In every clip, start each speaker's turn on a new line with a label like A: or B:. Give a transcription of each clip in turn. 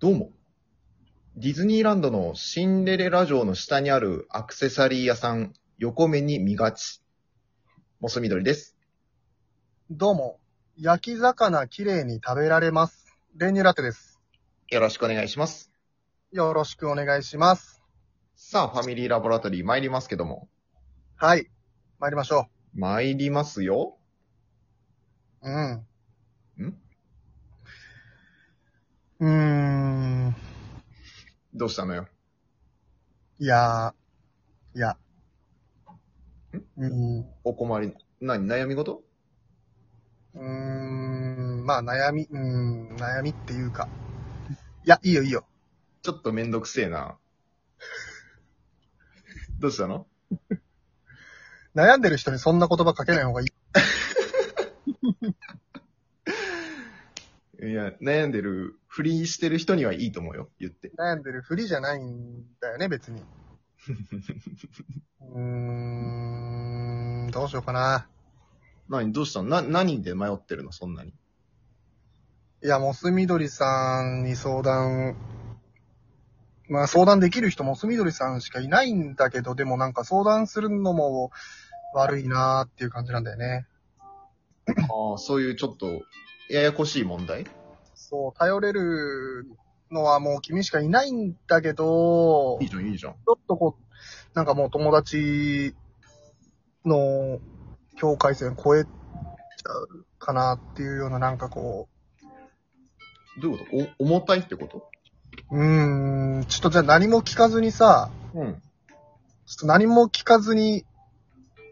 A: どうも。ディズニーランドのシンデレラ城の下にあるアクセサリー屋さん、横目に見がち。モス緑です。
B: どうも、焼き魚きれいに食べられます。練乳ラテです。
A: よろしくお願いします。
B: よろしくお願いします。
A: さあ、ファミリーラボラトリー参りますけども。
B: はい、参りましょ
A: 参りますよ。
B: う。うん。
A: ん
B: うーん、
A: どうしたのよ。
B: いやー、いや。
A: ん
B: うん、う
A: お困り、何、悩み事
B: ーん、まあ悩み、うーん、悩みっていうか。いや、いいよいいよ。
A: ちょっとめんどくせえな。 どうしたの
B: 悩んでる人にそんな言葉かけない方がいい。
A: いや、悩んでる、不倫してる人にはいいと思うよ、言って。
B: 悩んでるふりじゃないんだよね、別に。うーん、どうしようかな。
A: 何、どうしたのな、何で迷ってるの、そんなに。
B: いや、モスみどりさんに相談、まあ相談できる人モスみどりさんしかいないんだけど、でもなんか相談するのも悪いなーっていう感じなんだよね。
A: ああ、そういうちょっと、ややこしい問題
B: そう、頼れるのはもう君しかいないんだけど、
A: いい
B: ち
A: じゃん、いいじゃん。
B: ょっとこう、なんかもう友達の境界線超えちゃうかなっていうようななんかこ
A: どういうことお重たいってこと
B: う、うーん、ちょっとじゃあ何も聞かずにさ、
A: うん。
B: ちょっと何も聞かずに、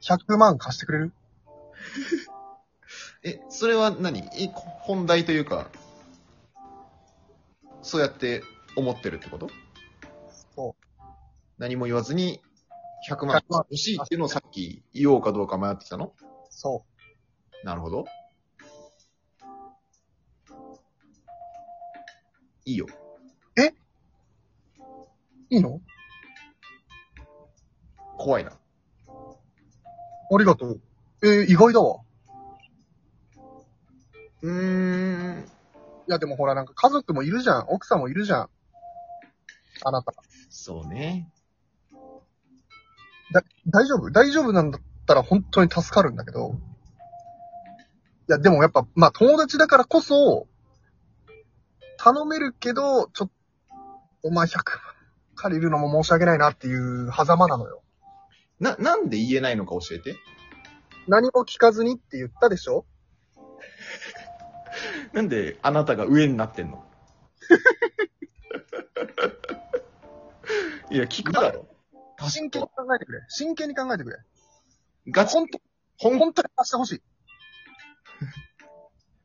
B: 100万貸してくれる
A: え、それは何え、こ本題というか、そうやって思ってるってこと
B: そ
A: 何も言わずに、100
B: 100
A: 万
B: 万
A: 欲しいっていうのをさっき言おうかどうか迷ってきたの
B: う。そ
A: なるほど。いいよ。
B: う。いいの
A: 怖いな。
B: ありがとう。えー、意外だわ。
A: うーん。
B: いや、でもほら、なんか家族もいるじゃん。奥さんもいるじゃん。あなた。
A: そうね。
B: 大丈夫大丈夫なんだったら本当に助かるんだけど。いや、でもやっぱ、まあ友達だからこそ、頼めるけど、ちょっと、お前100万借りるのも申し訳ないなっていう狭間なのよ。
A: な、なんで言えないのか教えて。
B: 何も聞かずにって言ったでしょ
A: なんであなたが上になってんの いや、聞くだろ。
B: 真剣に考えてくれ。真剣に考えてくれ。
A: ガチ、
B: 本当、
A: ほん、
B: 本当に貸してほしい。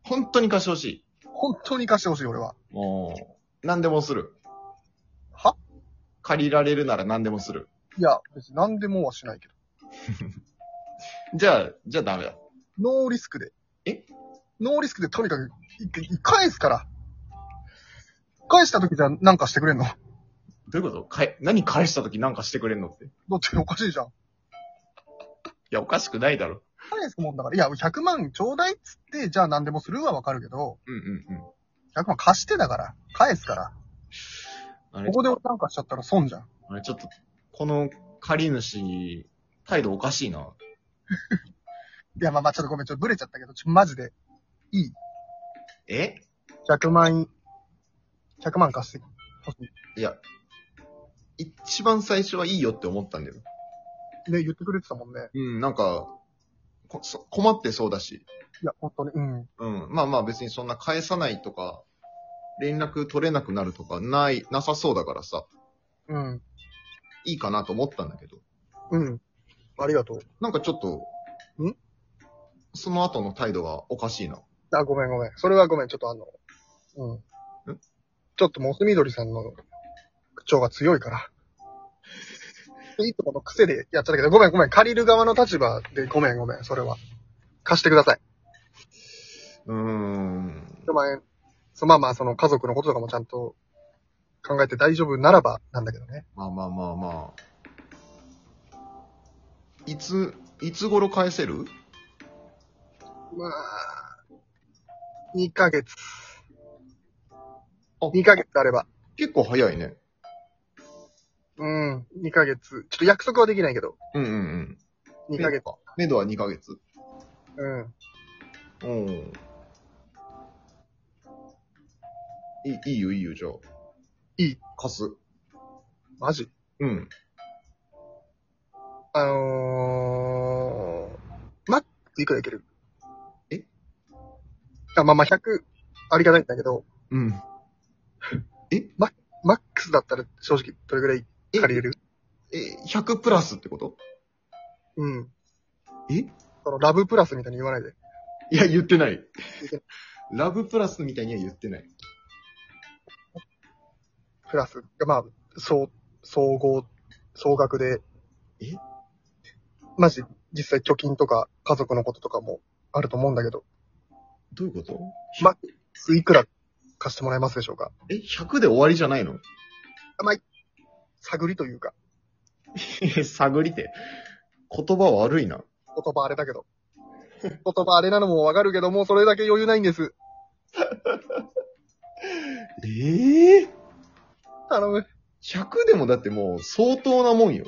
A: 本当に貸してほしい。
B: 本当に貸してほしい、俺は。
A: もう、何でもする。
B: は
A: 借りられるなら何でもする。
B: いや、別に何でもはしないけど。
A: じゃあ、じゃあダメだ。
B: ノーリスクで。
A: え
B: ノーリスクでとにかく、いい返すから。返した時じゃなんかしてくれんのだ
A: どういうことかえ、何返した時なんかしてくれんのって。い
B: っておかしいじゃん。
A: や、おかしくないだろ。
B: 返すもんだから、いや、100万ちょうだいっつって、じゃあ何でもするはわかるけど、
A: うんうんうん。
B: 100万貸してだから、返すから。
A: あれ
B: ここでなんかしちゃったら損じゃん。
A: あれちょっと、この借り主、態度おかしいな。
B: いや、まあまあ、ちょっとごめん、ちょっとブレちゃったけど、ちょ、マジで、いい。
A: え
B: 100万、100万貸してほし
A: いや、一番最初はいいよって思ったんだよ。
B: い。ね、言ってくれてたもんね。
A: うん、なんか、こそ困ってそうだし。
B: いや、本当に、うん。
A: うん。まあまあ別にそんな返さないとか、連絡取れなくなるとか、ない、なさそうだからさ、
B: うん。
A: いいかなと思ったんだけど。
B: うん。ありがとう。
A: なんかちょっと、
B: ん
A: その後の態度がおかしいな。
B: あ、ごめんごめん。それはごめん。ちょっとあの、うん
A: ん。
B: ちょっとモスみどりさんの口調が強いから。いつもの癖でやっちゃったけど、ごめんごめん。借りる側の立場でごめんごめん。それは。貸してください。
A: うーん。
B: 100万円。そまあまあ、その家族のこととかもちゃんと考えて大丈夫ならばなんだけどね。
A: まあまあまあまあ。いつ、いつ頃返せる
B: まあ、2ヶ月。
A: あ
B: 2ヶ月あれば。
A: 結構早いね。
B: うん、2ヶ月。ちょっと約束はできないけど、
A: うんうんうん。
B: 2ヶ月。
A: か。目処は2ヶ月。
B: う
A: う
B: ん。
A: ん。いいいよいいよ、じゃあ。
B: いい。
A: 貸す。
B: マジ
A: うん。
B: あのー、マックいくらいける
A: え
B: あ、まあまあ100、ありがたいんだけど、
A: うん。
B: マックスだったら正直どれぐらい借りれる
A: え、100プラスってこと
B: うん。
A: え
B: そのラブプラスみたいに言わないで。
A: いや、言ってない
B: てな。
A: ラブプラスみたいには言ってない。
B: プラスが、まあ、総、総合、総額で。
A: え
B: マジ、実際貯金とか家族のこととかもあると思うんだけど、
A: どういうこと
B: まいくら貸してもらえますでしょうか
A: え、100で終わりじゃないの
B: 探りというか、
A: 探りて。言葉悪いな。
B: 言葉あれだけど。言葉あれなのもわかるけど、もうそれだけ余裕ないんです。
A: ええ
B: 頼む。
A: 100でもだってもう相当なもんよ。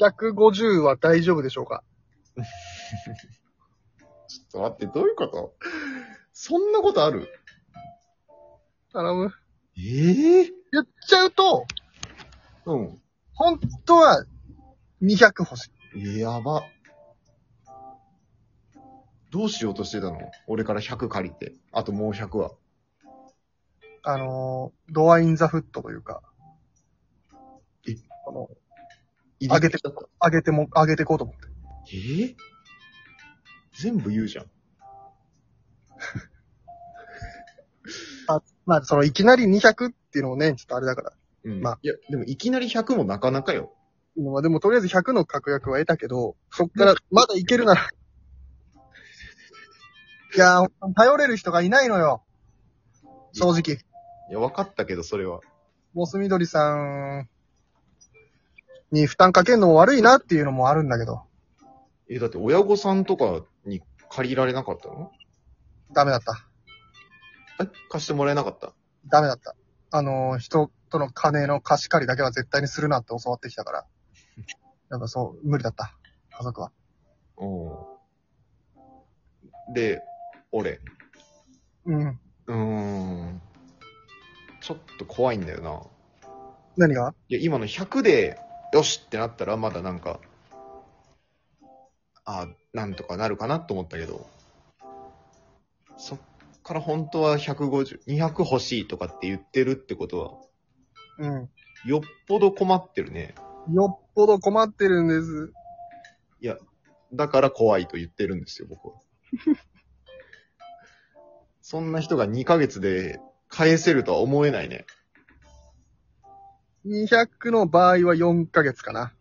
B: 150は大丈夫でしょうか
A: ちょっと待って、どういうことそんなことある
B: 頼む。
A: ええ
B: 言っちゃうと、
A: うん。
B: 本当は200欲しい。
A: やば。どうしようとしてたの俺から100借りて。あともう100は。
B: あのー、ドアインザフットというか。
A: え
B: あの、
A: 入
B: 上げ
A: り
B: て
A: 口だった。
B: 上げても、上げていこうと思って。
A: ええ全部言うじゃん。
B: まあ、その、いきなり200っていうのもね、ちょっとあれだから。
A: うん。
B: まあ
A: いや、でもいきなり100もなかなかよ。
B: まあ、でも、とりあえず100の確約は得たけど、そっから、まだいけるなら。いやー、頼れる人がいないのよ。正直。
A: いや、分かったけど、それは。
B: モスみどりさんに負担かけるのも悪いなっていうのもあるんだけど、
A: え、だって親御さんとかに借りられなかったの
B: ダメだった。
A: え貸してもらえなかった
B: ダメだった。あのー、人との金の貸し借りだけは絶対にするなって教わってきたから。やっぱそう、無理だった。家族は。
A: うん。で、俺。
B: うん。
A: うーん。ちょっと怖いんだよな。
B: 何が
A: いや、今の100で、よしってなったら、まだなんか、あなんとかなるかなと思ったけど、そっから本当は150、200欲しいとかって言ってるってことは、
B: うん。
A: よっぽど困ってるね。
B: よっぽど困ってるんです。
A: だから怖いと言ってるんですよ、僕は。 そんな人が2ヶ月で返せるとは思えないね。
B: 200の場合は4ヶ月かな。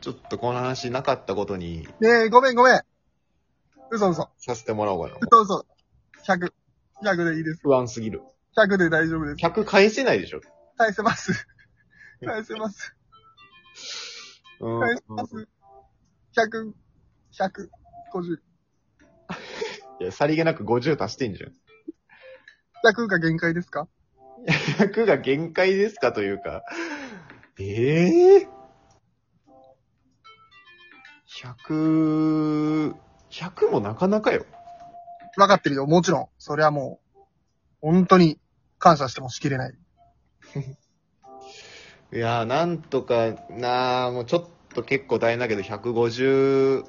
A: ちょっとこの話なかったことに
B: ねえ、ごめんごめん。嘘嘘。
A: させてもらおうかな。
B: 嘘嘘。100。100でいいです。
A: 不安すぎる。
B: 100で大丈夫です。
A: 100返せないでしょ。
B: 返せます。返せます。
A: うん
B: 返せます。100、150。
A: いや、さりげなく50足してんじゃん。
B: 100が限界ですか
A: 100が限界ですかというか。ええ100、100もなかなかよ。
B: わかってるよ。もちろん。それはもう、本当に感謝してもしきれない。
A: いやー、なんとかなー、もうちょっと結構大変だけど、150、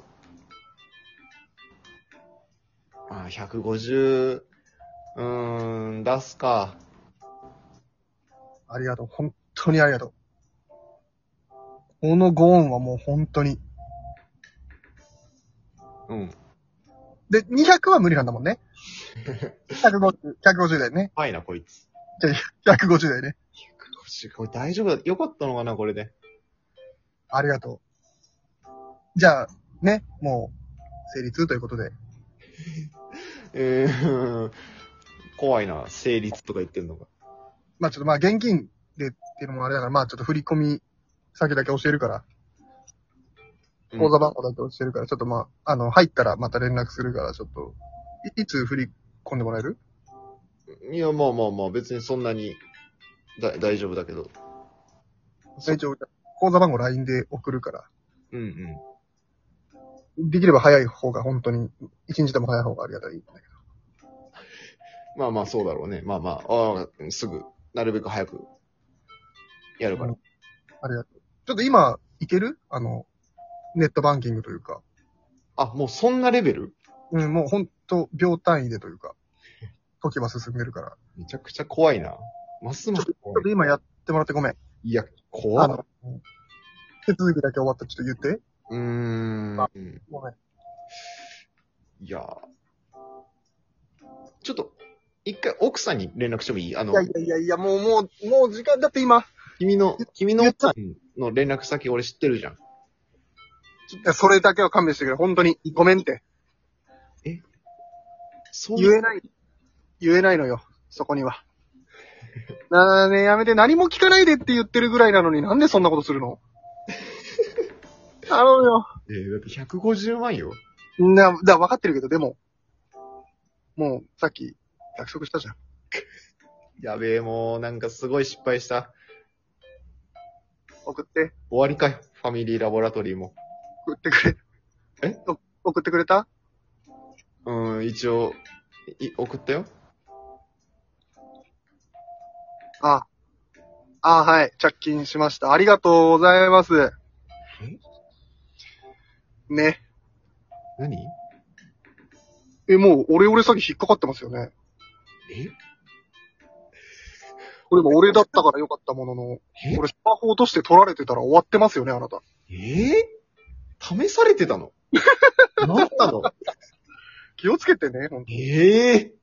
A: あー、150、うーん、出すか。
B: ありがとう。本当にありがとう。このご恩はもう本当に。
A: うん。
B: で、200は無理なんだもんね。150、150だよね。
A: 怖いな、こいつ。
B: 150だよね。
A: 150、これ大丈夫だ。よかったのかな、これで。
B: ありがとう。じゃあ、ね、もう、成立ということで。
A: えー、怖いな、成立とか言ってんのか。
B: まあちょっとまあ現金でっていうのもあれだから、まあちょっと振り込み先だけ教えるから、
A: うん
B: 口座番号だけ教えるから、ちょっとまあ、あの、入ったらまた連絡するから、ちょっと、いいつ振り込んでもらえる
A: ういや、まあまあまあ、別にそんなにだ大丈夫だけど。そ
B: 一応、口座番号 LINE で送るから。
A: うんうん。
B: できれば早い方が本当に、一日でも早い方がありがたいんだけど。
A: まあまあ、そうだろうね。まあまあ、ああ、すぐ、なるべく早く、やるから。
B: ありがとう。ちょっと今、いけるあの、ネットバンキングというか。
A: あ、もうそんなレベル
B: うん、もう本当秒単位でというか、時は進んでるから。
A: めちゃくちゃ怖いな。ますます
B: ちょ
A: 怖
B: っと今やってもらってごめん。
A: い。いや、
B: あ
A: 怖い
B: の、手続きだけ終わったらちょっと言って。
A: うー
B: あ
A: ん。
B: ごめん。
A: いやちょっと、一回奥さんに連絡してもいいあの
B: いや、いやいやいや、もうもう、もう時間だって今。い
A: 君の、君の
B: 言っ
A: 奥
B: た
A: さんの連絡先俺知ってるじゃん。
B: や、それだけは勘弁してくれ。本当に。ごめんって。
A: そう
B: 言
A: いう
B: えない。言えないのよ。そこに は。なあね、やめて。何も聞かないでって言ってるぐらいなのになんでそんなことするの頼むよ。
A: えーだって150万よ。
B: な、だ、分かってるけど、でも、もう、さっき、約束したじゃん。
A: やべえ、もうなんかすごい失敗した。
B: 送って、
A: 終わりかよ。ファミリーラボラトリーも。
B: 送ってくれ。
A: え
B: お送ってくれた
A: うん、一応、い、送ったよ。
B: ああ。ああ、はい。着金しました。ありがとうございます。ね。
A: 何
B: え、もう、オレオレ詐欺引っかかってますよね。
A: え
B: これも俺だったからよかったものの、
A: え
B: これスマホ落として取られてたら終わってますよね、あなた。
A: えー試されてたの何なの
B: 気をつけてね、ほんと
A: ええ